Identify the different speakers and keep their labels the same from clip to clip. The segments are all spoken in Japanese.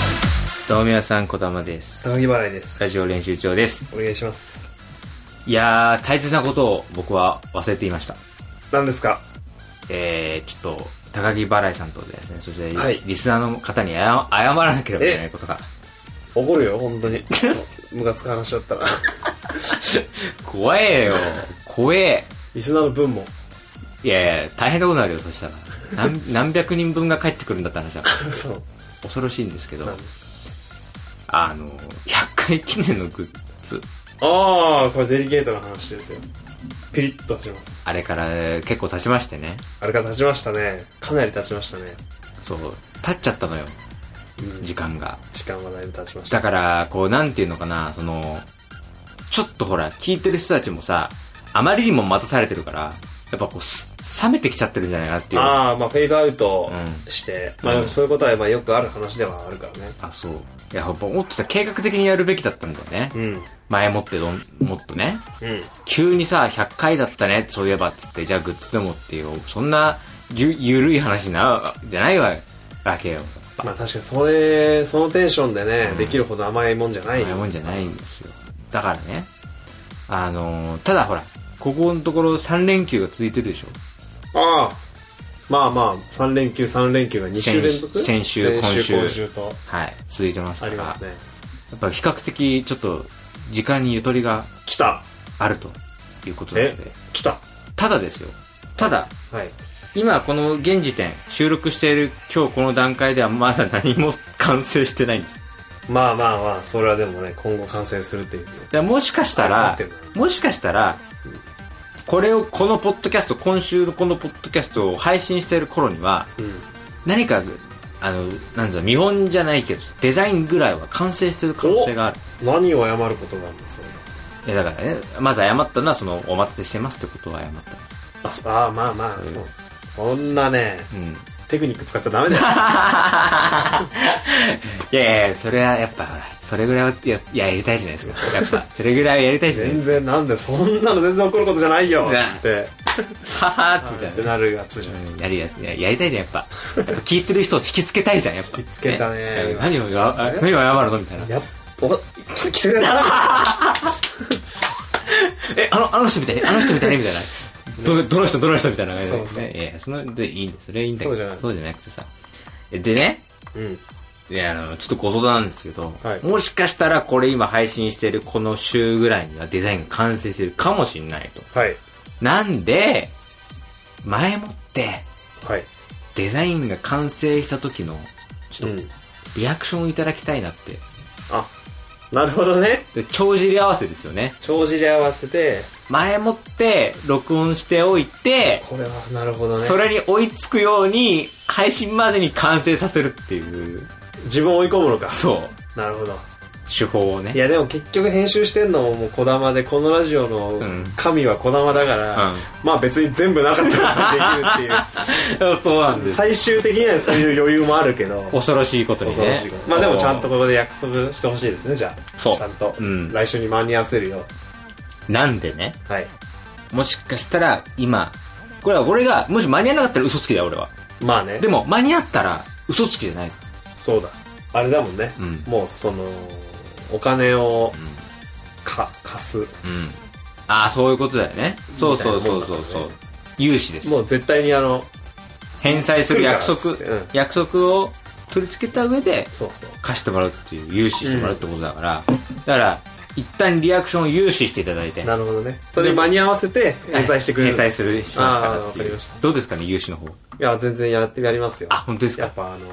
Speaker 1: すどうも皆さん、こたまです。
Speaker 2: 高木払いです
Speaker 1: ラジオ練習長です。
Speaker 2: お願いします
Speaker 1: いやー、大切なことを僕は忘れていました。
Speaker 2: 何ですか
Speaker 1: えー、ちょっと、高木払いさんとですね、そして、
Speaker 2: はい
Speaker 1: リスナーの方に謝謝らなければいけないことが、
Speaker 2: 怒るよ本当に ムカつく話だったら
Speaker 1: 怖えよ、怖え。
Speaker 2: リスナーの分も
Speaker 1: いやいや、大変なことになるよ、そしたら。何何百人分が帰ってくるんだって話だから
Speaker 2: そう
Speaker 1: 恐ろしいんですけど
Speaker 2: なん、です
Speaker 1: あの、100回記念のグッズ、
Speaker 2: かああこれデリケートな話ですよピリッとします
Speaker 1: あれから結構経ちましてね、
Speaker 2: あれから立ちましたねかなり立ちましたね
Speaker 1: そう、経っちゃったのよ、
Speaker 2: うん
Speaker 1: 時間が。
Speaker 2: 時間はだいぶ経ちました
Speaker 1: だから、こう、なんていうのかな、その、ちょっとほら、聞いてる人たちもさ、あまりにも待たされてるから、やっぱこう、す冷めてきちゃってるんじゃないかなっていう。
Speaker 2: ああまあフェードアウト
Speaker 1: う
Speaker 2: して、
Speaker 1: ん
Speaker 2: ま
Speaker 1: うん
Speaker 2: あそういうことはまあよくある話ではあるからね
Speaker 1: あ、そう。いや、やっぱもっとさ、計画的にやるべきだったんだよね。
Speaker 2: うん
Speaker 1: 前もってどん、もっとね。
Speaker 2: うん
Speaker 1: 急にさ、100回だったね、そういえば、つって、じゃあグッズでもっていう、そんな、ゆ、ゆるい話な、じゃないわ、わけよ。
Speaker 2: まあ確かにそれそのテンションでね、
Speaker 1: うん
Speaker 2: できるほど甘いもんじゃない
Speaker 1: そういうもんじゃないんですよ。だからね、あのーただほら、ここのところ3連休が続いてるでしょ。
Speaker 2: ああまあまあ3連休3連休が2週連続
Speaker 1: 先先週
Speaker 2: 先
Speaker 1: 今週
Speaker 2: 今週と
Speaker 1: はい、続いてますか
Speaker 2: あ
Speaker 1: ら、
Speaker 2: りますね
Speaker 1: やっぱ比較的ちょっと時間にゆとりが
Speaker 2: 来た
Speaker 1: あるということなの
Speaker 2: え
Speaker 1: で、
Speaker 2: 来た
Speaker 1: ただですよ、ただ、
Speaker 2: はい
Speaker 1: 今この現時点、収録している今日この段階ではまだ何も完成してないんです。
Speaker 2: まあまあまあそれはでもね今後完成するっていう
Speaker 1: でもしかした
Speaker 2: あ
Speaker 1: ら
Speaker 2: 立ってる、
Speaker 1: もしかしたら、これを、このポッドキャスト、今週のこのポッドキャストを配信している頃には、
Speaker 2: うん
Speaker 1: 何か、あの、なんだろう、見本じゃないけど、デザインぐらいは完成してる可能性がある。
Speaker 2: 何を謝ることなんだそれ
Speaker 1: いやだからね、まず謝ったのは、その、お待たせしてますってことは謝ったんです。
Speaker 2: あそああまあまあ、
Speaker 1: ん
Speaker 2: そうそんなね
Speaker 1: うん。
Speaker 2: テクニック使っちゃダメだよ
Speaker 1: いやいや、それはやっぱほら、それぐらいはや、いや、やりたいじゃないですか。やっぱ、それぐらいはやりたいじゃないで
Speaker 2: 全
Speaker 1: す
Speaker 2: 然なんでそんなの全然怒ることじゃないよ
Speaker 1: ね
Speaker 2: つって
Speaker 1: か。ははーってみた
Speaker 2: って
Speaker 1: いな。
Speaker 2: なるやつじゃないです
Speaker 1: う
Speaker 2: か
Speaker 1: んやりやややりたいじゃん、やっぱ。やっぱ聞いてる人を引きつけたいじゃん、やっぱ。
Speaker 2: 引きつけたね
Speaker 1: え何をや、あ何を謝るのみたいな。
Speaker 2: やっおき着せられた
Speaker 1: え、あの、あの人みたいに、あの人みたいに、みたい な。ど、どの人、どの人みたいな感じで。
Speaker 2: そうそう
Speaker 1: ねいやいや、その、でいいんだそれはいいんだけ
Speaker 2: そうじゃな
Speaker 1: ど、
Speaker 2: い
Speaker 1: そうじゃなくてさ。えでね、
Speaker 2: うん
Speaker 1: いや、あの、ちょっとご相談なんですけど、
Speaker 2: はい
Speaker 1: もしかしたらこれ今配信してるこの週ぐらいにはデザインが完成してるかもしんないと。
Speaker 2: はい
Speaker 1: なんで、前もって
Speaker 2: はい
Speaker 1: デザインが完成した時の、ちょっと
Speaker 2: ん
Speaker 1: リアクションをいただきたいなって。
Speaker 2: あなるほどね
Speaker 1: で、帳尻合わせですよね。
Speaker 2: 帳尻合わせて
Speaker 1: 前もって録音しておいて、
Speaker 2: これはなるほどね
Speaker 1: それに追いつくように配信までに完成させるっていう、
Speaker 2: 自分を追い込むのか
Speaker 1: そう、
Speaker 2: なるほど
Speaker 1: 手法を
Speaker 2: い
Speaker 1: ね。
Speaker 2: やでも結局編集してんのももう児玉でこのラジオの
Speaker 1: ん
Speaker 2: 神は児玉だから、
Speaker 1: うん
Speaker 2: まあ別に全部なかったらできるっ
Speaker 1: そうなん
Speaker 2: ていう。最終的にはそういう余裕もあるけど
Speaker 1: 恐ろしいことに
Speaker 2: 恐ろ
Speaker 1: ね
Speaker 2: しいことまあでもちゃんとここで約束してほしいですねじゃあ
Speaker 1: そう
Speaker 2: ちゃんと、
Speaker 1: うん
Speaker 2: 来週に間に合わせるよう
Speaker 1: なんでね
Speaker 2: はい
Speaker 1: もしかしたら今これは俺がもし間に合わなかったら嘘つきだよ俺は
Speaker 2: まあね
Speaker 1: でも間に合ったら嘘つきじゃない
Speaker 2: そうだあれだもんね、
Speaker 1: うん
Speaker 2: もうそのお金を
Speaker 1: うん
Speaker 2: か貸す
Speaker 1: うんああそういうことだよねそうそうそうそう
Speaker 2: みたいな
Speaker 1: そ
Speaker 2: も
Speaker 1: うん
Speaker 2: だ
Speaker 1: 融資です
Speaker 2: もう絶対にあの
Speaker 1: 返済する約束、
Speaker 2: 来るからっつって
Speaker 1: 約束を取り付けた上で
Speaker 2: そうそう
Speaker 1: 貸してもらうっていう融資してもらうってことだから、だから一旦リアクションを融資していただいて
Speaker 2: なるほどねそれに間に合わせて返済してくれ
Speaker 1: 返
Speaker 2: る
Speaker 1: 済するしますからって
Speaker 2: あーわかり
Speaker 1: い
Speaker 2: ま
Speaker 1: う
Speaker 2: した
Speaker 1: どうですかね融資の方
Speaker 2: いや、全然やってやりますよ。
Speaker 1: あ本当です
Speaker 2: や
Speaker 1: か
Speaker 2: っぱあの、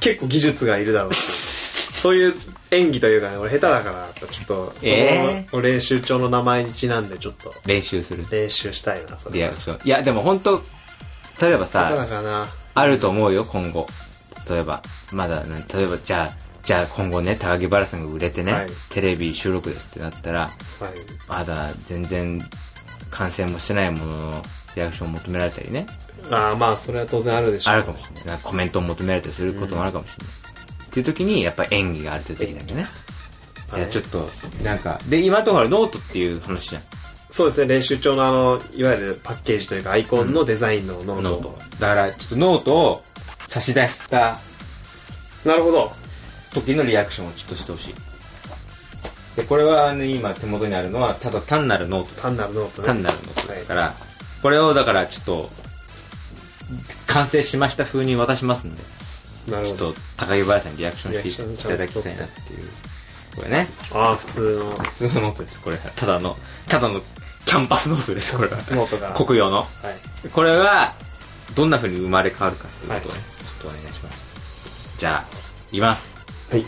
Speaker 2: 結構技術がいるだろうし、そういう演技というかね、俺下手だから、やっぱちょっと、そ
Speaker 1: え
Speaker 2: の練習帳の名前にちなんで、ちょっと
Speaker 1: 練習する
Speaker 2: 練習したいな、それ。
Speaker 1: リアクション。いや、でも本当例えば
Speaker 2: 下手
Speaker 1: さ
Speaker 2: だ、からな。
Speaker 1: あると思うよ、今後。例えば、まだね、例えば、じゃあ、じゃあ今後ね、高木原さんが売れてね、
Speaker 2: はい
Speaker 1: テレビ収録ですってなったら、
Speaker 2: はい。
Speaker 1: まだ全然完成もしてないもののリアクションを求められたりね、
Speaker 2: あーまあ、それは当然あるでしょう。
Speaker 1: あるかもしれない。なんかコメントを求められたりすることもあるかもしれない。っていう時に、やっぱ演技がある程度できないとね。じゃあちょっと、なんか、で、今のところノートっていう話じゃん。
Speaker 2: そうですね、練習帳のあの、いわゆるパッケージというか、アイコンのデザインのノー
Speaker 1: ノー
Speaker 2: ト。
Speaker 1: ト。だから、ちょっとノートを差し出した
Speaker 2: なるほど。
Speaker 1: 時のリアクションをちょっとしてほしい。で、これは、ね、今手元にあるのは、ただ単なるノートです。
Speaker 2: 単なるノートね。
Speaker 1: 単なるノートですから、これをだからちょっと、完成しました風に渡しますんで、
Speaker 2: なる
Speaker 1: ちょ
Speaker 2: ほ
Speaker 1: っ
Speaker 2: ど。
Speaker 1: と高木林さんにリアクションしていただきたいなっていう。これね、
Speaker 2: ああ、普通の
Speaker 1: 普通のノートです、これは。ただの、ただのキャンパスノートです、これは。
Speaker 2: ノートが。
Speaker 1: 国用の。
Speaker 2: はい。
Speaker 1: これが、どんな風に生まれ変わるかっていうことをね、
Speaker 2: はい
Speaker 1: ちょっとお願いします。じゃあ、いきます。
Speaker 2: はい。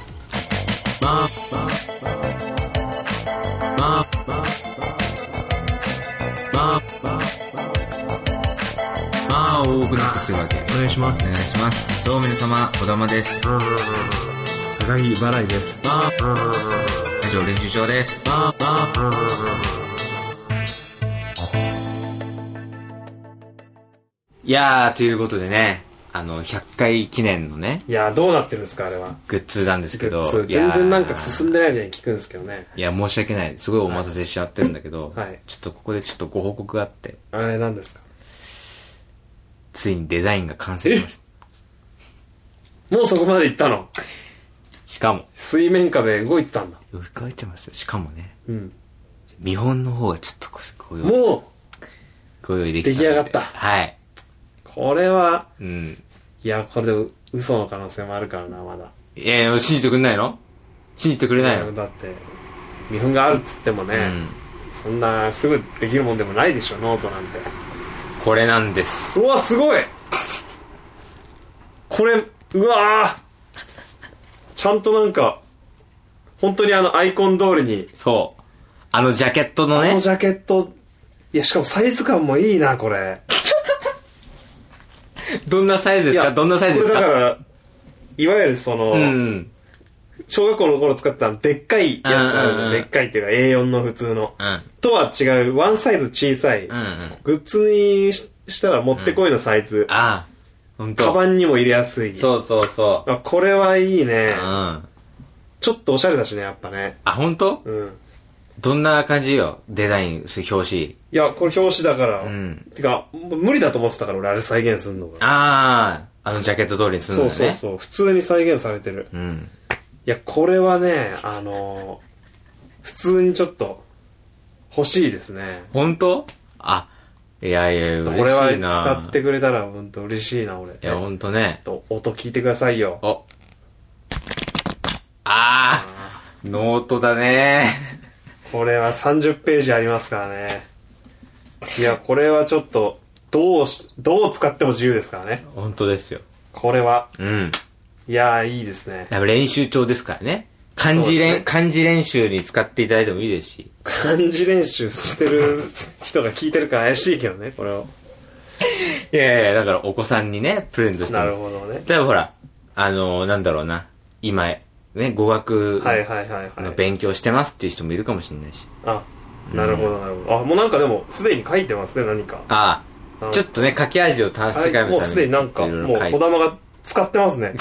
Speaker 1: まあ多くなってきてるわけお
Speaker 2: お願いしま
Speaker 1: 願い。しますどうも皆様小玉です
Speaker 2: 高木払いです。
Speaker 1: ラジオ練習場ですいやーということでねあの100回記念のね
Speaker 2: いやー、どうなってるんですか、あれは。
Speaker 1: グッズなんですけど
Speaker 2: そう
Speaker 1: いや
Speaker 2: 全
Speaker 1: ー
Speaker 2: 然なんか進んでないみたいに聞くんですけどね。
Speaker 1: いや申し訳ないすごいお待たせしちゃってるんだけど、
Speaker 2: はい
Speaker 1: ちょっとここでちょっとご報告があって
Speaker 2: あれなんですか
Speaker 1: ついにデザインが完成しました
Speaker 2: もうそこまで行ったの
Speaker 1: しかも
Speaker 2: 水面下で動いてたんだ。
Speaker 1: 浮いてますよしかもね
Speaker 2: うん。
Speaker 1: 見本の方がちょっとこご用意
Speaker 2: もう、
Speaker 1: ご用意できたので
Speaker 2: 出来上がった
Speaker 1: はい
Speaker 2: これは、
Speaker 1: うん
Speaker 2: いや、これで嘘の可能性もあるからな、まだ。
Speaker 1: えー、信じてくれないの信じてくれないの、
Speaker 2: だって、見本があるっつってもね、
Speaker 1: うん、
Speaker 2: そんなすぐできるもんでもないでしょ、ノートなんて。
Speaker 1: これなんです
Speaker 2: うわ、すごいこれ、うわーちゃんとなんか、本当にあのアイコン通りに、
Speaker 1: そうあのジャケットの
Speaker 2: こ
Speaker 1: ね
Speaker 2: のジャケット、いや、しかもサイズ感もいいな、これ。
Speaker 1: どんなサイズです
Speaker 2: い
Speaker 1: か
Speaker 2: や
Speaker 1: どんなサイズです
Speaker 2: こ
Speaker 1: か
Speaker 2: れだから、いわゆるその、
Speaker 1: うん
Speaker 2: 小学校の頃使ってたのでっかいやつあるじ
Speaker 1: うんうんうん
Speaker 2: ゃん。でっかいっていうか A4 の普通の。
Speaker 1: うん
Speaker 2: とは違う、ワンサイズ小さい。
Speaker 1: うんうん
Speaker 2: グッズにししたら持ってこいのサイズ。
Speaker 1: ああ本当
Speaker 2: カバンにも入れやすい。
Speaker 1: そうそうそう
Speaker 2: あこれはいいね
Speaker 1: うん。あ
Speaker 2: ちょっとおしゃれだしね、やっぱね。
Speaker 1: 本当
Speaker 2: うん。
Speaker 1: どんな感じよデザインそう表紙
Speaker 2: いや、これ表紙だから。
Speaker 1: うん
Speaker 2: てか、もう無理だと思ってたから俺あれ再現するのが。
Speaker 1: あああのジャケット通りにするんだ
Speaker 2: そ
Speaker 1: よ
Speaker 2: う
Speaker 1: ね
Speaker 2: そうそう。普通に再現されてる。
Speaker 1: うん
Speaker 2: いや、これはね、あのー普通にちょっと、欲しいですね。
Speaker 1: 本当あいやいや嬉しいな
Speaker 2: これは使ってくれたら本当嬉しいな、
Speaker 1: い
Speaker 2: 俺。
Speaker 1: や
Speaker 2: ちょっ
Speaker 1: 本当ね
Speaker 2: と音聞いてくださいよ。
Speaker 1: お。あー、ノートだね。
Speaker 2: これは30ページありますからね。いや、これはちょっと、どうし、どう使っても自由ですからね。
Speaker 1: 本当ですよ。
Speaker 2: これは。
Speaker 1: うん。
Speaker 2: いやー、いいですね。
Speaker 1: やっぱ練習帳ですからね。漢字
Speaker 2: そうで
Speaker 1: 練、
Speaker 2: すね
Speaker 1: 漢字練習に使っていただいてもいいですし。
Speaker 2: 漢字練習してる人が聞いてるから怪しいけどね、これを。
Speaker 1: いやいや、だからお子さんにね、プレゼントしても
Speaker 2: なるほどね。
Speaker 1: 例えばほら、あのーなんだろうな。今、ね、語学
Speaker 2: はいはいはいは
Speaker 1: の
Speaker 2: い。
Speaker 1: 勉強してますっていう人もいるかもしれないし。
Speaker 2: あ、なるほどなるほど。あ、もうなんかでも、すでに書いてますね、何か。
Speaker 1: あ
Speaker 2: う
Speaker 1: あ、
Speaker 2: ん
Speaker 1: ちょっとね、書き味を探して
Speaker 2: は
Speaker 1: 帰るため
Speaker 2: い、
Speaker 1: に
Speaker 2: もうすでになんか、
Speaker 1: いろいろ
Speaker 2: もう
Speaker 1: 書いて
Speaker 2: 小玉が使ってます ね。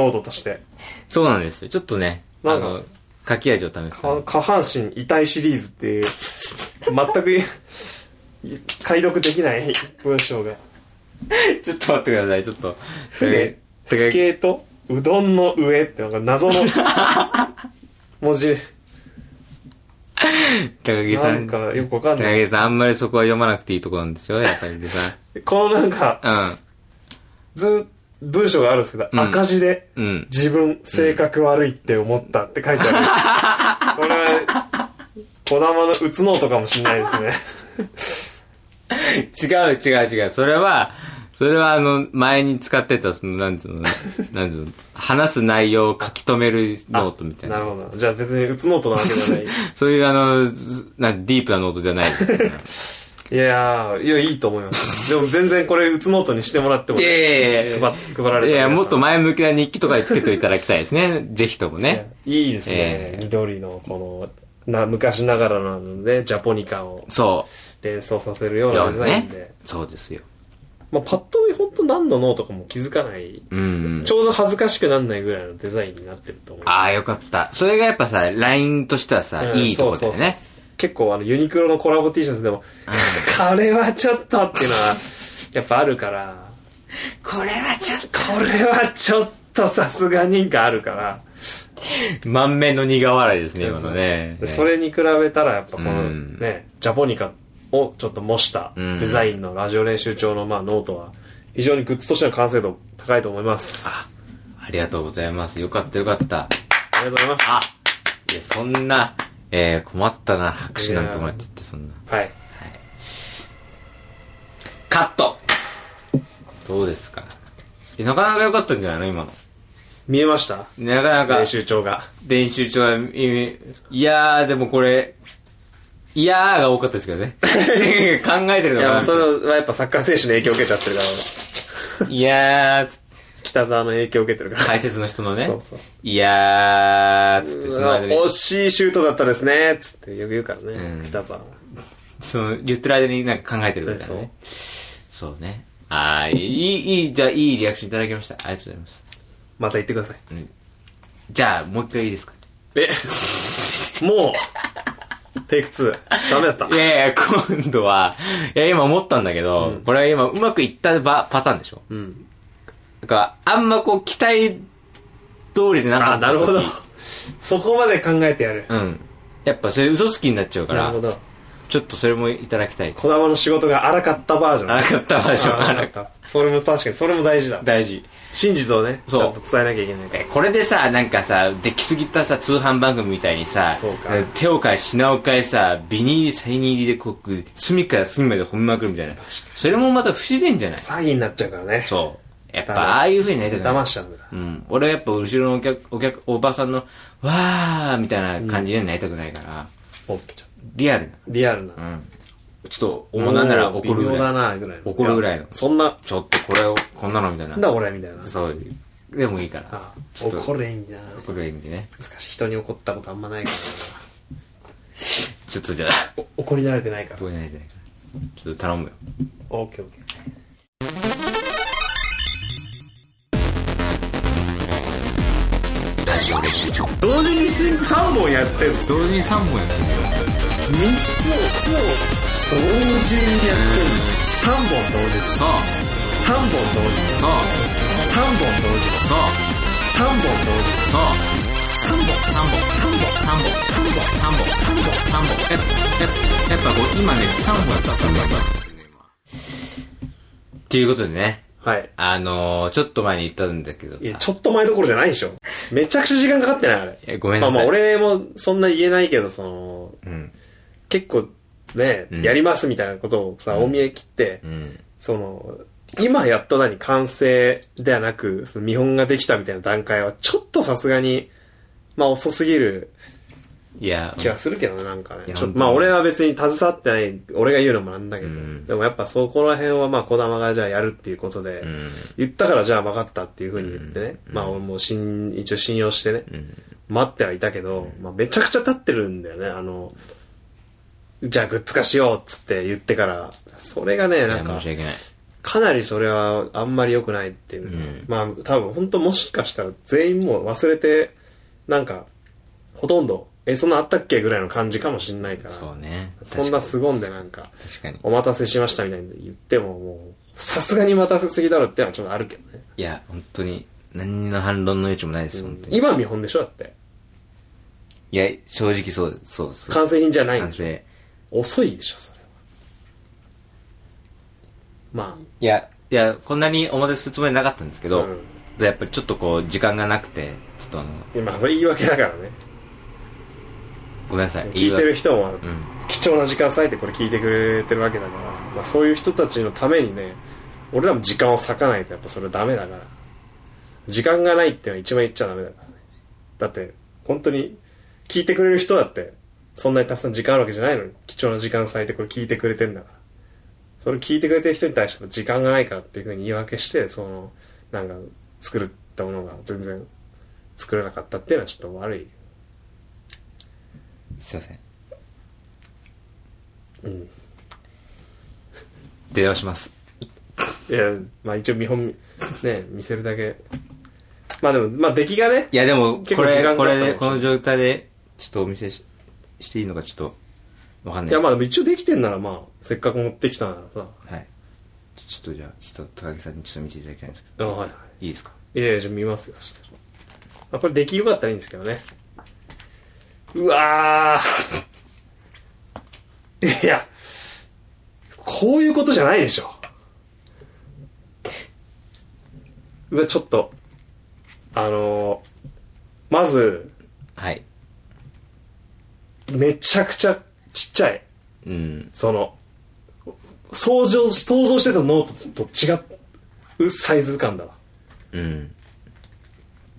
Speaker 2: ノートとして。
Speaker 1: そうなんですよ。ちょっとね、あ
Speaker 2: なんか
Speaker 1: の、書き味を試すため
Speaker 2: か
Speaker 1: に
Speaker 2: 下半身痛いシリーズっていう全くい 解読できない文章が
Speaker 1: ちょっと待ってください、ちょっと。
Speaker 2: 船
Speaker 1: そ
Speaker 2: ス
Speaker 1: れ
Speaker 2: ケートうどんの上ってなんか謎 の文字
Speaker 1: 高木さ、
Speaker 2: なんんか
Speaker 1: 高
Speaker 2: よくわかんない
Speaker 1: 木さん、あんまりそこは読まなくていいとこなんですよ、やっぱり でさ。
Speaker 2: このなんかず文章があるんですけど、
Speaker 1: うん
Speaker 2: 赤字で
Speaker 1: うん、うん。
Speaker 2: 自分性格悪いって思ったって書いてある、これは小玉のうつノートかもしんないですね
Speaker 1: 違う違う違う。それは、それはあの、前に使ってた、その、なんつうの、なんつうの、話す内容を書き留めるノートみたい
Speaker 2: な
Speaker 1: な。
Speaker 2: るほどじゃあ別にうつノートなわけじゃない
Speaker 1: そういうあの、ずなんディープなノートじゃないですよね。
Speaker 2: いやー、いや、いいと思います。でも全然これ、うつノートにしてもらっても、
Speaker 1: いやいやいや
Speaker 2: 配配られ
Speaker 1: い
Speaker 2: て
Speaker 1: や、もっと前向きな日記とかにつけていただきたいですね。ぜひともね。
Speaker 2: いいですね。
Speaker 1: ええ
Speaker 2: 緑の、この、な、昔ながらなので、ジャポニカを
Speaker 1: そ
Speaker 2: 連想させるよ
Speaker 1: う。
Speaker 2: うなデザインで。
Speaker 1: ね。そうですよ。
Speaker 2: まあ、パッと見、ほんと何のノートかも気づかない、
Speaker 1: うん
Speaker 2: ち。ょうど恥ずかしくなんないぐらいのデザインになってると思う。
Speaker 1: ああ、よかった。それがやっぱさ、LINE としてはさ、
Speaker 2: うん
Speaker 1: いいとこだ
Speaker 2: そう
Speaker 1: よ
Speaker 2: そう
Speaker 1: ね
Speaker 2: そ。う結構、あの、ユニクロのコラボ T シャツでも、これはちょっとっていうのは、やっぱあるから、
Speaker 1: これはちょっと。
Speaker 2: これはちょっとさすがにがあるから、
Speaker 1: 満面の苦笑いですね、今のね。
Speaker 2: でそれに比べたらやっぱこ
Speaker 1: う
Speaker 2: の
Speaker 1: ん
Speaker 2: ね、ジャポニカをちょっと模した
Speaker 1: うん
Speaker 2: デザインのラジオ練習帳のまあノートは非常にグッズとしての完成度高いと思います。
Speaker 1: ありがとうございます。よかったよかった。
Speaker 2: ありがとうございます。
Speaker 1: あいや、そんな、えー、困ったな、拍手なんてもらっちゃって、そんな。
Speaker 2: はい。
Speaker 1: カットどうですかえなかなか良かったんじゃないの今の。
Speaker 2: 見えました
Speaker 1: なかなか
Speaker 2: 練、習帳が。
Speaker 1: 練習中は、いいやー、でもこれ、いやーが多かったですけど ね。考えてる
Speaker 2: い
Speaker 1: の
Speaker 2: や、
Speaker 1: か
Speaker 2: もう
Speaker 1: な
Speaker 2: それはやっぱサッカー選手の影響を受けちゃってるから、
Speaker 1: いやーつ、
Speaker 2: 北沢の影響を受けてるから。
Speaker 1: 解説の人のね。
Speaker 2: そうそう
Speaker 1: いやー、つって、その間に、
Speaker 2: 惜しいシュートだったですね、つってよく言うからね、
Speaker 1: ん
Speaker 2: 北沢は。
Speaker 1: その、言ってる間になんか考えてるみたいなね。そうね。あー、いい、いい、じゃあ、いいリアクションいただきました。ありがとうございます。
Speaker 2: また言ってください。
Speaker 1: じゃあ、もう一回いいですか
Speaker 2: え、もう、テイク2。ダメだっ た
Speaker 1: い。やいや、今度は、いや、今思ったんだけど、これは今うまくいったばパターンでしょ
Speaker 2: うん。
Speaker 1: だから、あんまこう、期待通りじゃなか
Speaker 2: あ、
Speaker 1: った。
Speaker 2: なるほど。そこまで考えてやる。
Speaker 1: うん。やっぱ、それ嘘つきになっちゃうか
Speaker 2: な
Speaker 1: ら
Speaker 2: るほ、ど。
Speaker 1: ちょっとそれもいただきたい。
Speaker 2: 児玉の仕事が荒かったバージョン。
Speaker 1: 荒かったバー ジョン
Speaker 2: あ荒かった。それも確かに、それも大事だ。
Speaker 1: 大事。
Speaker 2: 真実をね、ち
Speaker 1: そう
Speaker 2: ゃんと伝えなきゃいけないから。
Speaker 1: え、これでさ、なんかさ、できすぎたさ、通販番組みたいにさ
Speaker 2: そう、か
Speaker 1: え手を変え、品を変えさ、ビニール、サイニー入りでこう、隅から隅まで褒めまくるみたいな。それもまた不自然じゃない
Speaker 2: 詐欺になっちゃうからね。
Speaker 1: そう。やっぱ、
Speaker 2: ダメ
Speaker 1: ああいう風になりたくない。
Speaker 2: 騙しちゃうんだ。
Speaker 1: うん。俺はやっぱ後ろのお客、お客、おばさんの、わーみたいな感じにはなりたくないから、
Speaker 2: オッケーちゃん
Speaker 1: リアル
Speaker 2: リアルな。
Speaker 1: な。うん。ちょっと、おもなんなら怒る
Speaker 2: 微
Speaker 1: ぐ
Speaker 2: 妙だ
Speaker 1: らい。
Speaker 2: な、ぐらいの。
Speaker 1: 怒るぐらいの
Speaker 2: やそんな、
Speaker 1: ちょっとこれを、こんなのみたいな。
Speaker 2: なんだ俺、みたいな。
Speaker 1: そう。でもいいから
Speaker 2: あ。
Speaker 1: ちょっと、
Speaker 2: 怒れんな。
Speaker 1: 怒る意味でね。
Speaker 2: 難しい。人に怒ったことあんまないか
Speaker 1: ちょっとじゃあ、
Speaker 2: ら。お怒り慣れてないから。
Speaker 1: 覚えないでないから。ちょっと頼むよ。
Speaker 2: オッケーオッケー。同時にシンク3本やってる
Speaker 1: 同時に3本やってる
Speaker 2: 3つを同時にやってる3本同時
Speaker 1: そう、
Speaker 2: 3本同時
Speaker 1: そう、
Speaker 2: 3本同時
Speaker 1: そう、
Speaker 2: 3本同時
Speaker 1: そう。
Speaker 2: 3
Speaker 1: 3
Speaker 2: 本
Speaker 1: 本、3本、3本、3本、3本、3本、3本。え、え、やっぱこう、今ね、3本やった、3本やった。っていうことでね、
Speaker 2: はい
Speaker 1: あのー、ちょっと前に言ったんだけどさ
Speaker 2: いやちょっと前どころじゃないでしょめちゃくちゃ時間かかってないあれ
Speaker 1: いやごめんなさい
Speaker 2: まあまあ俺もそんな言えないけどその
Speaker 1: うん、
Speaker 2: 結構ね、
Speaker 1: うん
Speaker 2: やりますみたいなことをさ、お見え切って、
Speaker 1: うん、
Speaker 2: その今やっと何完成ではなくその見本ができたみたいな段階はちょっとさすがにまあ遅すぎる
Speaker 1: いや、
Speaker 2: 気がするけどね、なんか
Speaker 1: い
Speaker 2: ね。
Speaker 1: や
Speaker 2: ちょ
Speaker 1: 本
Speaker 2: っと
Speaker 1: 当
Speaker 2: まあ俺は別に携わってない、俺が言うのもなんだけど、
Speaker 1: うん
Speaker 2: でもやっぱそこら辺はまあ小玉がじゃあやるっていうことで、
Speaker 1: うん、
Speaker 2: 言ったからじゃあ分かったっていうふうに言ってね、まあ俺も信一応信用してね、
Speaker 1: うん、
Speaker 2: 待ってはいたけど、まあめちゃくちゃ経ってるんだよね、あの、じゃあグッズ化しようっつって言ってから、それがね、
Speaker 1: い
Speaker 2: な
Speaker 1: や
Speaker 2: んか
Speaker 1: 申し、訳ない。
Speaker 2: かなりそれはあんまり良くないっていうか、
Speaker 1: うん
Speaker 2: まあ多分本当もしかしたら全員もう忘れてなんかほとんどえそんなあったっけぐらいの感じかもしんないから
Speaker 1: そうね。
Speaker 2: そんな凄んでなんか
Speaker 1: 確かに。
Speaker 2: お待たせしましたみたいに言ってももうさすがに待たせすぎだろってのはちょっとあるけどね
Speaker 1: いや、本当に、何の反論の余地もないです、本当に。
Speaker 2: 今見本でしょだって
Speaker 1: いや、正直そう、そう、そう。
Speaker 2: 完成品じゃないん
Speaker 1: 完
Speaker 2: でしょ
Speaker 1: 成。
Speaker 2: 遅いでしょそれはま
Speaker 1: いや、いや、こんなにお待たせするつもりなかったんですけど、
Speaker 2: うん
Speaker 1: やっぱりちょっとこう、時間がなくて、ちょっとあの、
Speaker 2: あまあそれ言い訳だからね
Speaker 1: ごめんなさい。
Speaker 2: 聞いてる
Speaker 1: 人。
Speaker 2: 人も
Speaker 1: うん。
Speaker 2: 貴重な時間割いてこれ聞いてくれてるわけだから、まあ、そういう人たちのためにね俺らも時間を割かないとやっぱそれはダメだから時間がないっていうのは一番言っちゃダメだからねだって本当に聞いてくれる人だってそんなにたくさん時間あるわけじゃないのに貴重な時間割いてこれ聞いてくれてんだからそれ聞いてくれてる人に対しても時間がないからっていうふうに言い訳してそのなんか作ったものが全然作れなかったっていうのはちょっと悪い
Speaker 1: すいません。
Speaker 2: うん
Speaker 1: 電話します。
Speaker 2: いや、まあ一応見本、ね、見せるだけ。まあでも、まあ出来がね
Speaker 1: い、や、でも、
Speaker 2: 結
Speaker 1: こ
Speaker 2: 構時間
Speaker 1: れ、
Speaker 2: かか
Speaker 1: こ
Speaker 2: った
Speaker 1: れ
Speaker 2: かもしれな
Speaker 1: で、
Speaker 2: い
Speaker 1: この状態で、ちょっとお見せししていいのかちょっと、わかんない
Speaker 2: い
Speaker 1: で
Speaker 2: や
Speaker 1: す。
Speaker 2: まあでも一応できてんならまあ、せっかく持ってきたならさ。
Speaker 1: はい。ちょっとじゃあ、ちょっと高木さんにちょっと見ていただきたいんですけ
Speaker 2: あはいは
Speaker 1: ど、いいですか
Speaker 2: い。いやいや、じゃあ見ますよ、そして。まあ、これ出来よかったらいいんですけどね。うわー。いや、こういうことじゃないでしょ。うわ、ちょっと、あのーまず、
Speaker 1: はい。
Speaker 2: めちゃくちゃちっちゃい。
Speaker 1: うん。
Speaker 2: その、想像、想像してたノートと違うサイズ感だわ。
Speaker 1: うん。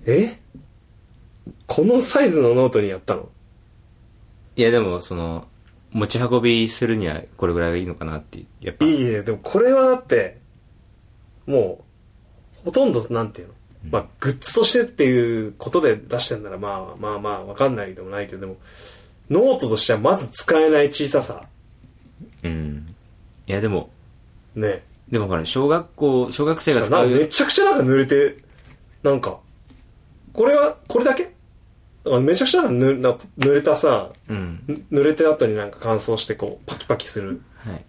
Speaker 2: えこのサイズのノートにやったの
Speaker 1: いや、でも、その、持ち運びするにはこれぐらいがいいのかなって、やっぱ。
Speaker 2: いいえ、でもこれはだって、もう、ほとんど、なんていうの、まあ、グッズとしてっていうことで出してんなら、まあまあまあ、わかんないでもないけど、でも、ノートとしてはまず使えない小ささ。
Speaker 1: うん。いや、でも、
Speaker 2: ね。
Speaker 1: でもほら、小学校、小学生が使
Speaker 2: なん
Speaker 1: う
Speaker 2: か
Speaker 1: よ
Speaker 2: めちゃくちゃなんか濡れて、なんか、これは、これだけだからめちゃくちゃなんかぬな濡れたさ、
Speaker 1: うん。
Speaker 2: ぬ濡れて後になんか乾燥してこう、パキパキする
Speaker 1: はい。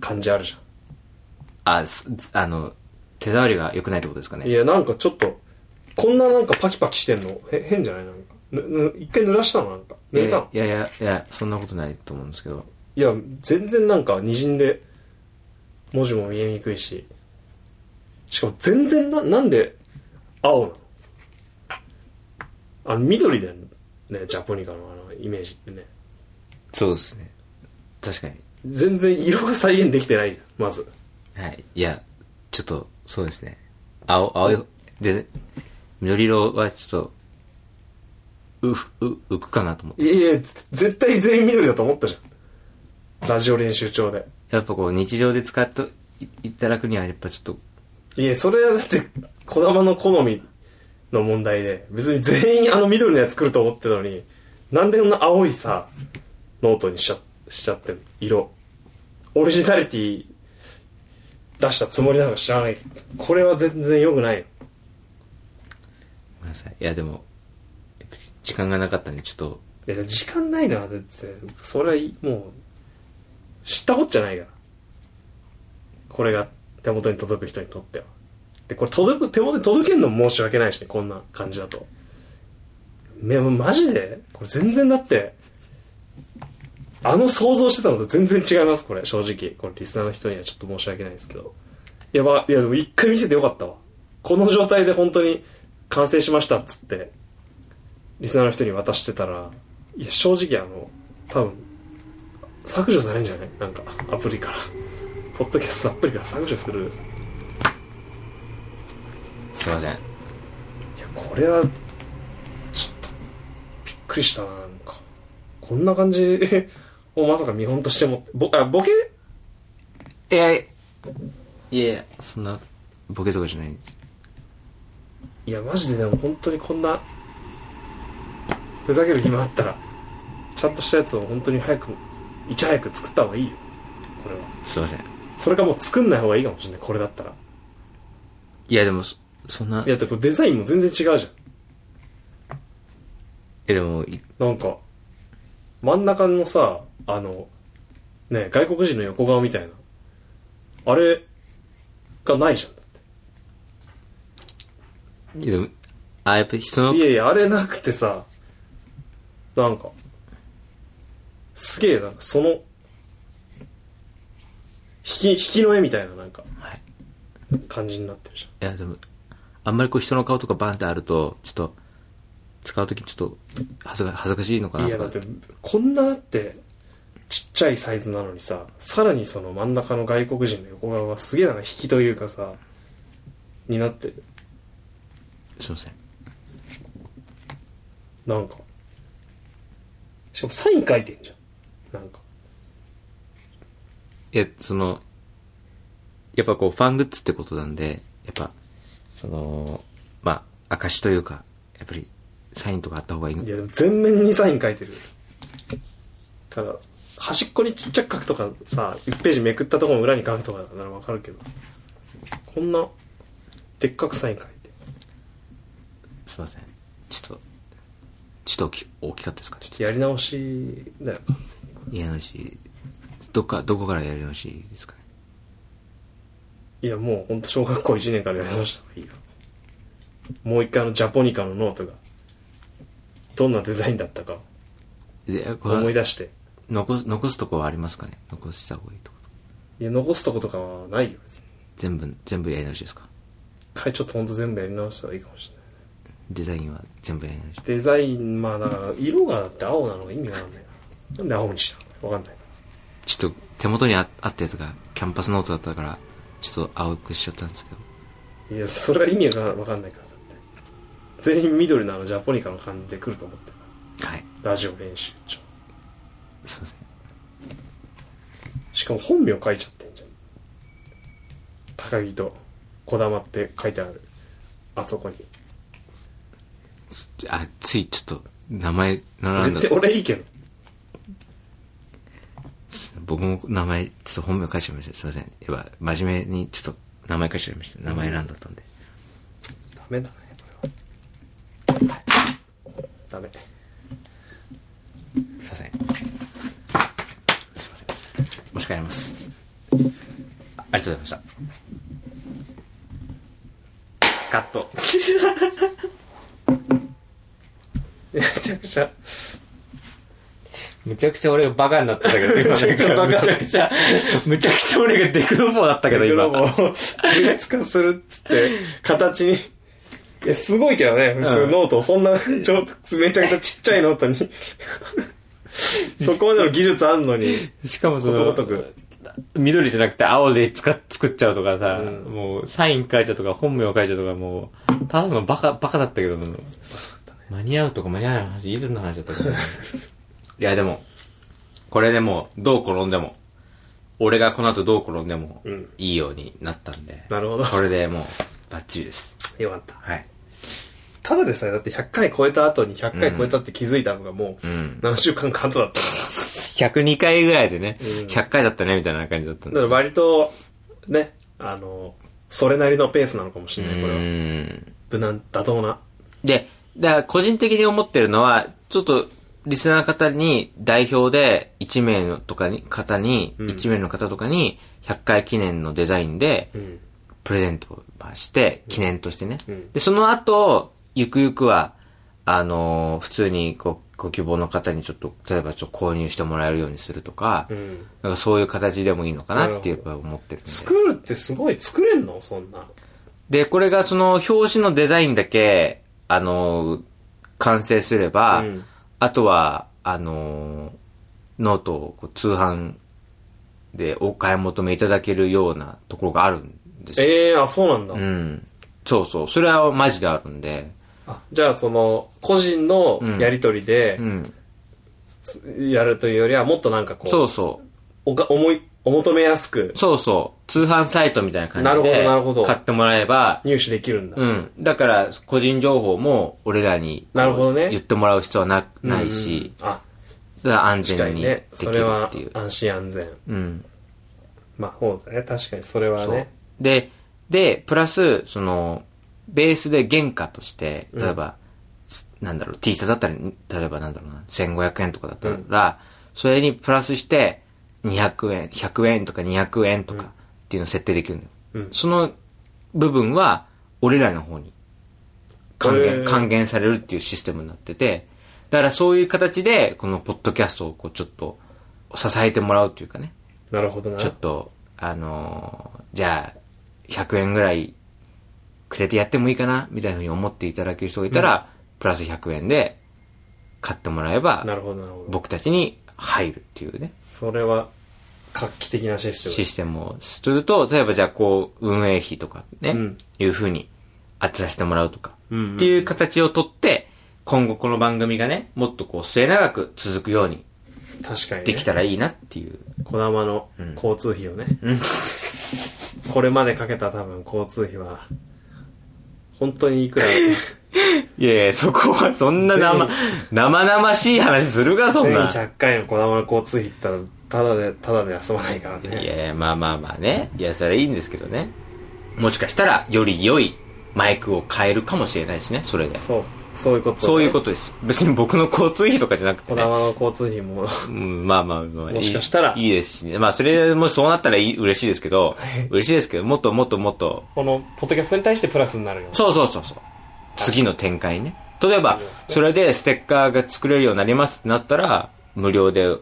Speaker 2: 感じあるじゃん。
Speaker 1: あ、すあの、手触りが良くないってことですか
Speaker 2: い
Speaker 1: ね。
Speaker 2: や、なんかちょっと、こんななんかパキパキしてんの、へ、変じゃないなんか。ぬ、ぬ、一回濡らしたのなんか。濡れたの
Speaker 1: いやいやいや、そんなことないと思うんですけど。
Speaker 2: いや、全然なんか滲んで、文字も見えにくいし。しかも全然な、なんで、青なのあの、緑だよね、ジャポニカのあの、イメージってね。
Speaker 1: そうですね。確かに。
Speaker 2: 全然色が再現できてないじゃん、まず。
Speaker 1: はい。いや、ちょっと、そうですね。青、青い、で、緑色はちょっと、うふ、う、浮くかなと思って。
Speaker 2: いやいや、絶対全員緑だと思ったじゃん。ラジオ練習帳で。
Speaker 1: やっぱこう、日常で使っていいただくには、やっぱちょっと、
Speaker 2: いや、それはだって、児玉の好みの問題で、別に全員あの緑のやつ来ると思ってたのに、なんでこんな青いさ、ノートにしちゃ、しちゃってる色。オリジナリティ出したつもりなのか知らないけど、これは全然良くないよ。
Speaker 1: ごめんなさい。いや、でも、やっぱり時間がなかったんで、ちょっと、
Speaker 2: いや、時間ないな、だって、それはいもう、知ったこっちゃないから。これが手元に届く人にとっては。で、これ届く、手元に届けんのも申し訳ないしね、こんな感じだと。いや、もうマジでこれ全然だって、あの想像してたのと全然違います、これ、正直。これ、リスナーの人にはちょっと申し訳ないですけど。いや、ば、いや、でも一回見せてよかったわ。この状態で本当に完成しましたっつって、リスナーの人に渡してたらいや正直あの多分削除されんじゃないなんかアプリからポッドキャストアプリから削除する
Speaker 1: すいません。
Speaker 2: いやこれはちょっとびっくりしたななんかこんな感じ をまさか見本として持ってぼあボケ
Speaker 1: いや、いや、そんな、ボケとかじゃないんです。
Speaker 2: いやマジででも本当にこんなふざける暇あったらちゃんとしたやつを本当に早くいち早く作った方がいいよこれは
Speaker 1: すいません。
Speaker 2: それかもう作んない方がいいかもしれないこれだったら
Speaker 1: いや、でも、そそんな、
Speaker 2: いや、だってこれデザインも全然違うじゃん。
Speaker 1: え、でも、い
Speaker 2: なんか、真ん中のさ、あの、ね、外国人の横顔みたいな。あれがないじゃん。だっ
Speaker 1: いやでも、あ、やっぱり人の
Speaker 2: てい、やいや、あれなくてさ、なんか、すげえ、なんかその、引き、引きの絵みたいな、なんか、
Speaker 1: はい。
Speaker 2: 感じになってるじゃん。
Speaker 1: いや、でも、あんまりこう人の顔とかバンってあると、ちょっと、使うときちょっと、恥ずか恥ずかしいのかないと
Speaker 2: や
Speaker 1: か
Speaker 2: だってこんなだってちっちゃいサイズなのにささらにその真ん中の外国人の横顔はすげえなんか引きというかさになってる
Speaker 1: すいません。
Speaker 2: なんかしかもサイン書いてんじゃんなんか
Speaker 1: いや、その、やっぱこう、ファングッズってことなんで、やっぱ、その、まあ、証というか、やっぱり、サインとかあった方がいいの
Speaker 2: い。やでも全面にサイン書いてるただ端っこにちっちゃく書くとかさ1ページめくったところの裏に書くとかならわかるけどこんなでっかくサイン書いて
Speaker 1: すいません。ちょっと、ちょっと大き大きかったですかちょっ
Speaker 2: やり直しだよ完全に
Speaker 1: と、やり直し、どっか、どこからやり直しですかね。
Speaker 2: いや、もうほんと小学校1年からやりました。いいよ。もう一回あのジャポニカのノートがどんなデザインだったか
Speaker 1: で、こ
Speaker 2: 思い
Speaker 1: れ、
Speaker 2: 出して
Speaker 1: 残す、残すとこはありますかね残した方がいいとこ。
Speaker 2: いや残すとことかはないよ別に
Speaker 1: 全部、全部やり直しですか
Speaker 2: 一回ちょっとほんと全部やり直したらいいかもしれない
Speaker 1: デザインは全部やり直し。
Speaker 2: デザインまあだから色がだって青なのが意味がわかんないななんで青にしたのわかんない
Speaker 1: ちょっと手元にああったやつがキャンパスノートだったから、ちょっと青くしちゃったんですけど。
Speaker 2: いやそれは意味がわかんないからだって全員緑のあのジャポニカの感じで来ると思って
Speaker 1: はい。
Speaker 2: ラジオ練習長
Speaker 1: すいません。
Speaker 2: しかも本名書いちゃってんじゃん高木とこだまって書いてあるあそこに
Speaker 1: あ、ついちょっと、名前、並んだ
Speaker 2: 別に。俺いいけど
Speaker 1: 僕も名前、ちょっと本名書いちゃいました。すいません。やっぱ、真面目にちょっと名前書いちゃいました。名前選んだったんで。
Speaker 2: ダメだねこれはダメ
Speaker 1: すいません。すいません。もし帰ります。あありがとうございました。カット。
Speaker 2: めちゃくちゃ
Speaker 1: むちゃくちゃ俺がバカになってたけど、今
Speaker 2: むちゃくちゃバ
Speaker 1: む
Speaker 2: カ
Speaker 1: ちゃくちゃ、むちゃくちゃ俺がデクノボーだったけど、今。
Speaker 2: も 分裂化するっつって形にいやすごいけどね普通ノート、そんなちょめちゃくちゃちっちゃいノー トにそこまでの技術あんのに
Speaker 1: しかもそ
Speaker 2: こと
Speaker 1: の
Speaker 2: ごとく、
Speaker 1: 緑じゃなくて青で使っ作っちゃうとかさ、
Speaker 2: うん
Speaker 1: もうサイン書いちゃうとか本名書いちゃうとかもう、ただのバカ、バカだったけど、もう間に合うとか間に合わない話、いつの話だった か。いや、でも、これでもう、どう転んでも、俺がこの後どう転んでも
Speaker 2: うん、
Speaker 1: いいようになったんで、
Speaker 2: なるほど
Speaker 1: これでもう、バッチリです。
Speaker 2: よかった
Speaker 1: はい。
Speaker 2: ただでさえだって100回超えた後に100回超えたって気づいたのがもう
Speaker 1: うん。
Speaker 2: 何週間か後だったか
Speaker 1: 102回ぐらいでね、
Speaker 2: うん
Speaker 1: 100回だったね、みたいな感じだったん
Speaker 2: らだから割とねあのそれなりのペースなのかもしれないこれ
Speaker 1: う
Speaker 2: は
Speaker 1: ん
Speaker 2: 無難妥当な
Speaker 1: で、だから個人的に思ってるのは、ちょっと、リスナーの方に代表で1名のとかに、方に、
Speaker 2: うん
Speaker 1: 1名の方とかに、100回記念のデザインで
Speaker 2: う、ん
Speaker 1: プレゼントをまあして、記念としてね。
Speaker 2: うん
Speaker 1: で、その後、ゆくゆくは、あのー普通にご、ご希望の方にちょっと、例えばちょっと購入してもらえるようにするとか、
Speaker 2: うん
Speaker 1: なんかそういう形でもいいのかなってやっぱ思ってるんで。
Speaker 2: 作るってすごい作れんのそんな
Speaker 1: で、これがその表紙のデザインだけ、あのー完成すれば、
Speaker 2: うん
Speaker 1: あとは、あのーノートをこう通販でお買い求めいただけるようなところがあるんですよ。
Speaker 2: ええあそうなんだ、
Speaker 1: うん。そうそう。それはマジであるんで。
Speaker 2: あじゃあその個人のやり取りで
Speaker 1: うん。
Speaker 2: やるというよりはもっとなんかこう
Speaker 1: そうそ
Speaker 2: おか思いお求めやすく
Speaker 1: う。そうそう。通販サイトみたいな感
Speaker 2: なる
Speaker 1: じ
Speaker 2: ほど
Speaker 1: で
Speaker 2: なるほど
Speaker 1: 買ってもらえば、
Speaker 2: 入手できるんだ、
Speaker 1: うん。だから、個人情報も俺らに
Speaker 2: なるほどね
Speaker 1: 言ってもらう必要はなないし、
Speaker 2: うんあ
Speaker 1: それは安
Speaker 2: 確か
Speaker 1: 全
Speaker 2: に
Speaker 1: にで
Speaker 2: ね
Speaker 1: き
Speaker 2: そ
Speaker 1: る
Speaker 2: れ
Speaker 1: っ
Speaker 2: は
Speaker 1: ていう。
Speaker 2: 安心安全
Speaker 1: うん。
Speaker 2: まあそうだね確かにそれは
Speaker 1: そう
Speaker 2: ね。
Speaker 1: で、で、プラス、その、ベースで原価として、
Speaker 2: うん
Speaker 1: 例えば、すなんだろう、T シャツだったら、例えばなんだろうな、1500円とかだったら、それにプラスして、200円、100円とか200円とかっていうのを設定できるのよ。
Speaker 2: うん
Speaker 1: その部分は、俺らの方に還
Speaker 2: へー
Speaker 1: 元、還元されるっていうシステムになってて、だからそういう形で、このポッドキャストをこうちょっと支えてもらうというかね。
Speaker 2: なるほどな
Speaker 1: ちょっと、あのーじゃあ、100円ぐらいくれてやってもいいかなみたいなふうに思っていただける人がいたら、プラス100円で買ってもらえば、
Speaker 2: なるほどなるほど
Speaker 1: 僕たちに入るっていうね、
Speaker 2: それは画期的なシステム
Speaker 1: システムをすると、例えばじゃあこう、運営費とかね、
Speaker 2: うん
Speaker 1: いうふうに当てさせてもらうとか、
Speaker 2: うんうん
Speaker 1: っていう形をとって、今後この番組がね、もっとこう末永く続くように
Speaker 2: 確かに、
Speaker 1: で
Speaker 2: ね、
Speaker 1: きたらいいなっていう。
Speaker 2: こだまの
Speaker 1: うん
Speaker 2: 交通費をね、
Speaker 1: うん
Speaker 2: これまでかけた多分交通費は本当にいくら
Speaker 1: いやいや、そこは、そんな 生、生々しい話するか、 そん
Speaker 2: 全
Speaker 1: な。
Speaker 2: 100回のこだまの交通費ったらただでただで休まないから
Speaker 1: い
Speaker 2: ね
Speaker 1: やいや、まあまあまあね。いや、それはいいんですけどね。もしかしたら、より良いマイクを変えるかもしれないしね、それで。
Speaker 2: そうそういうこと、
Speaker 1: そういうこととです。別に僕の交通費とかじゃなくて
Speaker 2: こだ
Speaker 1: ね。
Speaker 2: まの交通費も
Speaker 1: うん、まあまあ、まあ、いい
Speaker 2: もしかしたら
Speaker 1: いいですしね。まあ、それ、もしそうなったらいい嬉しいですけど
Speaker 2: はい、
Speaker 1: 嬉しいですけど、もっともっともっと、
Speaker 2: このポッドキャストに対してプラスになるよ
Speaker 1: そうそうそうそう。次の展開ね。例えば、それでステッカーが作れるようになりますってなったら、無料で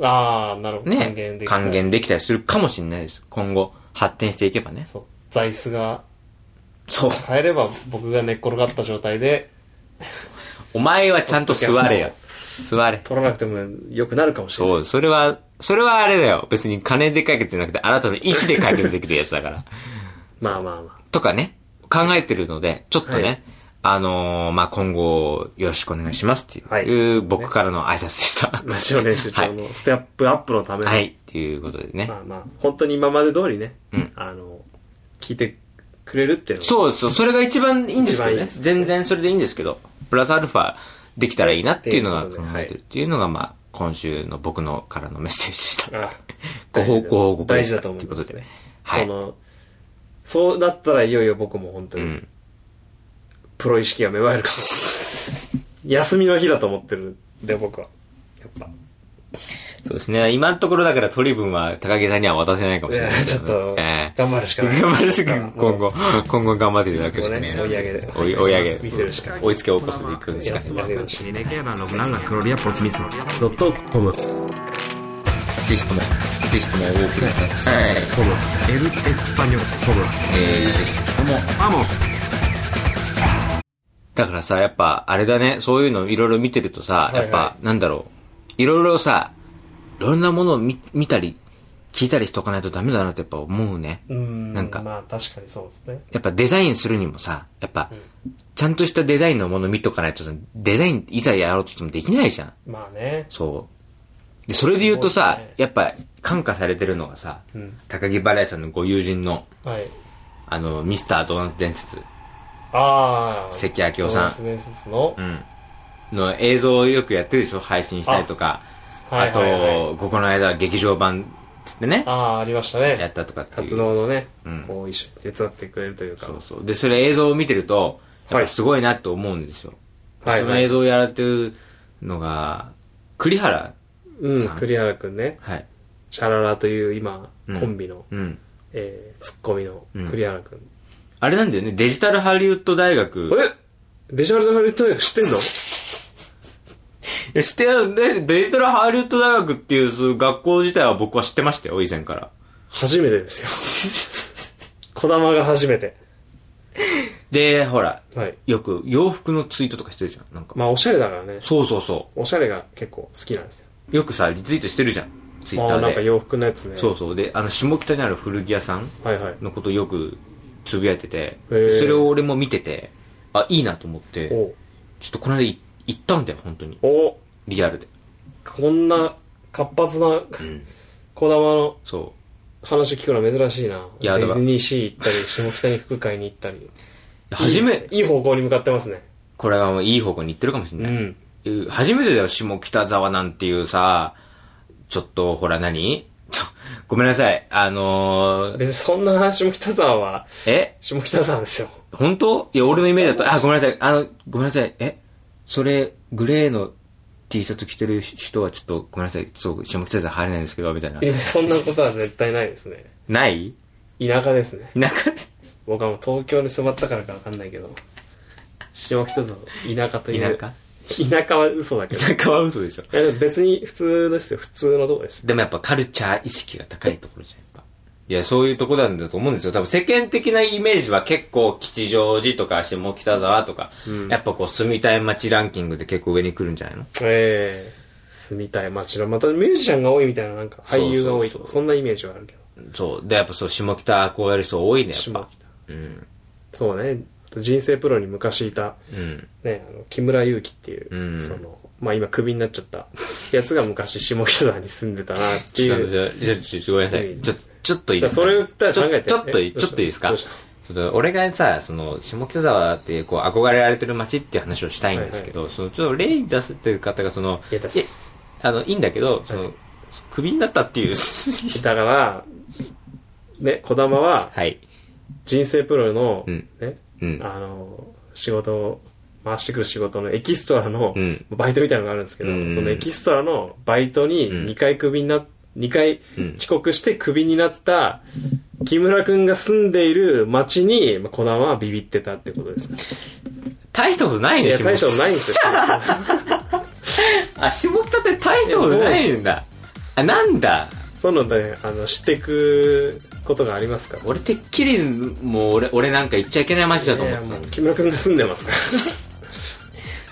Speaker 2: ああ、なるほど。
Speaker 1: ね、
Speaker 2: 還元できた
Speaker 1: 還元できたりするかもしれないです。今後、発展していけばね。
Speaker 2: そう。座椅子が
Speaker 1: そう。
Speaker 2: 変えれば僕が寝っ転がった状態で、
Speaker 1: お前はちゃんと座 れよ。座れ。
Speaker 2: 取らなくても良くなるかもしれない。
Speaker 1: そう、それは、それはあれだよ。別に金で解決じゃなくて、あなたの意思で解決できるやつだから。
Speaker 2: まあまあま
Speaker 1: とかね、考えてるので、ちょっとね、
Speaker 2: はい
Speaker 1: あのーまあ、今後、よろしくお願いしますっていう、
Speaker 2: はい
Speaker 1: いう僕からの挨拶でした。
Speaker 2: あ。ラジオ練習帳のステップアップのための。
Speaker 1: はい、っていうことでね。
Speaker 2: まあまあ、本当に今まで通りね、
Speaker 1: うん
Speaker 2: あの、聞いてくれるっていうのう。
Speaker 1: そうそう、それが一番いいんですけ
Speaker 2: 一番
Speaker 1: ど
Speaker 2: いい
Speaker 1: ね。
Speaker 2: です
Speaker 1: 全然それでいいんですけど、プラスアルファできたらいいなっていうのが
Speaker 2: っていう
Speaker 1: 考
Speaker 2: ことで
Speaker 1: えてるっていうのが、まあ、今週の僕のからのメッセージでした。
Speaker 2: あ
Speaker 1: ご報ご報告
Speaker 2: 大
Speaker 1: で
Speaker 2: 事
Speaker 1: し
Speaker 2: だ
Speaker 1: た
Speaker 2: と思いま
Speaker 1: という
Speaker 2: す
Speaker 1: こと
Speaker 2: ね
Speaker 1: で。はい
Speaker 2: その、そうだったらいよいよ僕も本当
Speaker 1: う
Speaker 2: に、
Speaker 1: ん。
Speaker 2: プロ意識が芽生えるかもしれない。休みの日だと思ってるんで、僕は。やっぱ。
Speaker 1: そうですね。今のところだから取り分は高木さんには渡せないかもしれない
Speaker 2: いや
Speaker 1: け
Speaker 2: ちょ
Speaker 1: どね。
Speaker 2: っと
Speaker 1: え、え
Speaker 2: 頑張るしかない。
Speaker 1: 頑張るしか
Speaker 2: もう
Speaker 1: 今後、今後頑張っていただくしかねえな
Speaker 2: もうね追い上げで
Speaker 1: 追い追い上げ。
Speaker 2: 見てるしかない
Speaker 1: 追いつけ起こすでいくしかねえな。
Speaker 2: やってみましょう
Speaker 1: ぜひとも、ぜひ
Speaker 2: .com
Speaker 1: ともお送りください。
Speaker 3: El español.
Speaker 1: えー、ぜひとも。
Speaker 3: Vamos.
Speaker 1: だからさ、やっぱ、あれだね、そういうのいろいろ見てるとさ
Speaker 2: は、いはい
Speaker 1: やっぱ、なんだろう、いろいろさ、いろんなものを見見たり、聞いたりしとかないとダメだなってやっぱ思うね。
Speaker 2: うん。
Speaker 1: なんか
Speaker 2: まあ確かにそうですね。
Speaker 1: やっぱデザインするにもさ、やっぱ、ちゃんとしたデザインのもの見とかないとさ、デザインいざやろうとしてもできないじゃん。
Speaker 2: まあね。
Speaker 1: そう。で、それで言うとさ、
Speaker 2: そうですね
Speaker 1: やっぱ、感化されてるのがさ、
Speaker 2: うん。
Speaker 1: 高木バラエさんのご友人の、
Speaker 2: はい。
Speaker 1: あの、ミスタードーナツ伝説、
Speaker 2: ああ。
Speaker 1: 関明夫さん。
Speaker 2: 伝説の
Speaker 1: う。ん。の映像をよくやってるでしょ配信したりとか。あ,、
Speaker 2: はいはいはい
Speaker 1: と、ここの間劇場版つってね、
Speaker 2: ああ、ありました
Speaker 1: やっ
Speaker 2: ね。
Speaker 1: たとかっていう。
Speaker 2: 活動のね
Speaker 1: うん、
Speaker 2: こう一緒に手伝ってくれるというか
Speaker 1: そ。うそう。で、それ映像を見てると、やっ
Speaker 2: は
Speaker 1: ぱ
Speaker 2: い
Speaker 1: すごいなと思うんですよ。
Speaker 2: はい
Speaker 1: そ
Speaker 2: はい
Speaker 1: の映像をやられてるのが、栗原。
Speaker 2: うん、栗原くんね。
Speaker 1: はい。
Speaker 2: シャララという今、
Speaker 1: うん
Speaker 2: コンビの、
Speaker 1: うん。
Speaker 2: えー、ツッコミの
Speaker 1: うん
Speaker 2: 栗原くん。
Speaker 1: あれなんだよね、デジタルハリウッド大学。
Speaker 2: えデジタルハリウッド大学知ってんの
Speaker 1: え知ってるね、デジタルハリウッド大学っていうそう学校自体は僕は知ってましたよ、以前から。
Speaker 2: 初めてです よ。小玉が初めて。
Speaker 1: で、ほら、
Speaker 2: はい。
Speaker 1: よく洋服のツイートとかしてるじゃん。なんか。
Speaker 2: まあ、おしゃれだからね。
Speaker 1: そうそうそ
Speaker 2: おしゃれが結構好きなんですよ。
Speaker 1: う。よくさ、リツイートしてるじゃん。ツイッ
Speaker 2: ま
Speaker 1: タ
Speaker 2: あ、なん
Speaker 1: ー
Speaker 2: か
Speaker 1: で。
Speaker 2: 洋服のやつね。
Speaker 1: そうそう。で、あの、下北にある古着屋さん
Speaker 2: はいはい。
Speaker 1: のことよくつぶやいてて、
Speaker 2: へー
Speaker 1: それを俺も見てて、あ、いいなと思って、
Speaker 2: お
Speaker 1: ちょっとこの間い行ったんだよ、本当に。
Speaker 2: お
Speaker 1: リアルで。
Speaker 2: こんな活発な小玉の
Speaker 1: そ
Speaker 2: 話聞くのは珍しいな。
Speaker 1: いや
Speaker 2: デ
Speaker 1: だか
Speaker 2: ィ
Speaker 1: ら
Speaker 2: ズニーシー行ったり、下北に服買いに行ったり。
Speaker 1: う。初め、
Speaker 2: いいですねいい方向に向かってますね。
Speaker 1: これはもういい方向に行ってるかもしれ
Speaker 2: う
Speaker 1: ない。
Speaker 2: ん。
Speaker 1: うん初めてだよ、下北沢なんていうさ、ちょっと、ほら何 ちょ、ごめんなさい。あのー、
Speaker 2: 別にそんな下北沢は、
Speaker 1: え
Speaker 2: 下北沢ですよ。
Speaker 1: 本当いや、俺のイメージだと、あ、ごめんなさい。あの、ごめんなさい。えそれ、グレーの T シャツ着てる人はちょっと、ごめんなさい。そう、下北沢入れないんですけど、みたいな。
Speaker 2: えそんなことは絶対ないですね。
Speaker 1: ない
Speaker 2: 田舎ですね。
Speaker 1: 田舎、
Speaker 2: 僕はもう東京に染まったからかわかんないけど、下北沢、田舎という。
Speaker 1: 田
Speaker 2: 舎田舎は嘘だけど。い
Speaker 1: 舎田舎は嘘でしょ。
Speaker 2: やでも別に普通ですよ。普通のとこです。
Speaker 1: でもやっぱカルチャー意識が高いところじゃん、やっぱ。いや、そういうとこなんだと思うんですよ。多分世間的なイメージは結構吉祥寺とか下北沢とか、やっぱこう住みたい街ランキングで結構上に来るんじゃないの
Speaker 2: ええ住みたい街の、またミュージシャンが多いみたいな、なんか
Speaker 1: そうそうそう
Speaker 2: 俳優が多いとか、そんなイメージはあるけど。
Speaker 1: そう。で、やっぱそう、下北こうやる人多いね、やっ
Speaker 2: 下
Speaker 1: ぱ。
Speaker 2: 北。
Speaker 1: うん。
Speaker 2: そうね。あと人生プロに昔いた、
Speaker 1: うん。
Speaker 2: ね、あの、木村祐樹っていう、
Speaker 1: うん
Speaker 2: その、まあ今クビになっちゃったやつが昔下北沢に住んでたなって
Speaker 1: ち
Speaker 2: い
Speaker 1: ょっと
Speaker 2: う。
Speaker 1: 待ってちょちょごめんなさい。ちょ、ちょっといい
Speaker 2: だからそれ言ったら考えて
Speaker 1: ちょちょっとい
Speaker 2: え
Speaker 1: い、ちょっといいです
Speaker 2: ど
Speaker 1: か
Speaker 2: うした
Speaker 1: その俺がさ、その、下北沢ってこう憧れられてる街っていう話をしたいんですけど、その、ちょっと例に出せてる方がその、
Speaker 2: いや、だす
Speaker 1: あの、いいんだけど、その、クビになったっていう。
Speaker 2: だから、ね、児玉は
Speaker 1: はい。
Speaker 2: 人生プロの、
Speaker 1: うん
Speaker 2: ね、
Speaker 1: うん。
Speaker 2: あの、仕事を、回してくる仕事のエキストラの
Speaker 1: うん
Speaker 2: バイトみたいなのがあるんですけど、
Speaker 1: うん
Speaker 2: そのエキストラのバイトに
Speaker 1: うん
Speaker 2: 2回クビにな、2回
Speaker 1: うん
Speaker 2: 遅刻してクビになった木村くんが住んでいる町に、まあ児玉はビビってたってことですか。
Speaker 1: 大したこと ない
Speaker 2: い
Speaker 1: ね
Speaker 2: や、大したことないんですよ。
Speaker 1: あ、下北って大したことないんだ。あ、なんだ。
Speaker 2: そういうので、あの、知っていくことがありますから。
Speaker 1: 俺てっきり、もう俺、俺なんか言っちゃいけない街だと
Speaker 2: い
Speaker 1: 思っ
Speaker 2: や
Speaker 1: て
Speaker 2: もう
Speaker 1: た。
Speaker 2: 木村君が住んでますか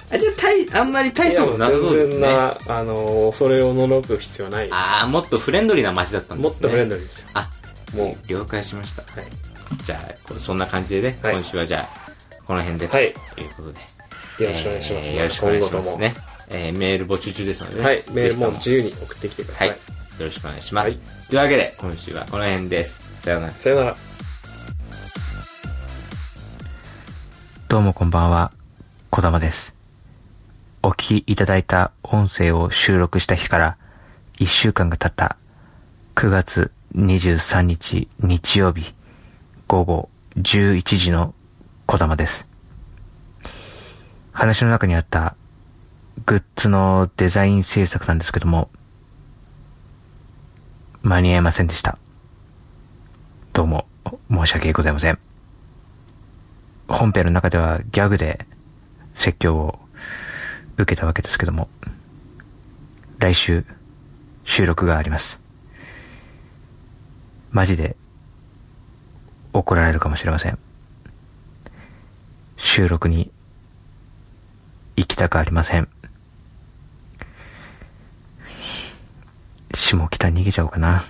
Speaker 1: あ、じゃあ大、あんまり
Speaker 2: ら。
Speaker 1: 大したことなさ
Speaker 2: いや
Speaker 1: そ
Speaker 2: もう
Speaker 1: うで
Speaker 2: 全
Speaker 1: す
Speaker 2: 然
Speaker 1: ね。
Speaker 2: な、あの、恐れおののく必要はないです。
Speaker 1: あー、もっとフレンドリーな街だったんです
Speaker 2: も
Speaker 1: ね。
Speaker 2: っとフレン
Speaker 1: ド
Speaker 2: ドリーですよ。
Speaker 1: あ、
Speaker 2: もう。
Speaker 1: 了解しました。
Speaker 2: はい。
Speaker 1: じゃあ、こそんな感じでね、
Speaker 2: はい
Speaker 1: 今週はじゃあ、この辺でと
Speaker 2: はい
Speaker 1: いうことで。
Speaker 2: よろしくお願いします。
Speaker 1: えーよろしくお願いしま
Speaker 2: 今後
Speaker 1: す
Speaker 2: とも
Speaker 1: ね。えーメール募集中ですのでね。
Speaker 2: はい、メール
Speaker 1: ぜ
Speaker 2: も
Speaker 1: ひと
Speaker 2: 自由に送ってきてくだ
Speaker 1: は
Speaker 2: さ
Speaker 1: い。
Speaker 2: い。
Speaker 1: よろしくお願いします。
Speaker 2: はい
Speaker 1: というわけで、今週はこの辺です。さようなら。
Speaker 2: さよなら。
Speaker 4: どうもこんばんは、こだまです。お聞きいただいた音声を収録した日から1週間が経った9月23日日曜日午後11時のこだまです。話の中にあったグッズのデザイン制作なんですけども間に合いませんでした。どうも申し訳ございません。本編の中ではギャグで説教を受けたわけですけども、来週収録があります。マジで怒られるかもしれません。収録に行きたくありません。下北逃げちゃおうかな。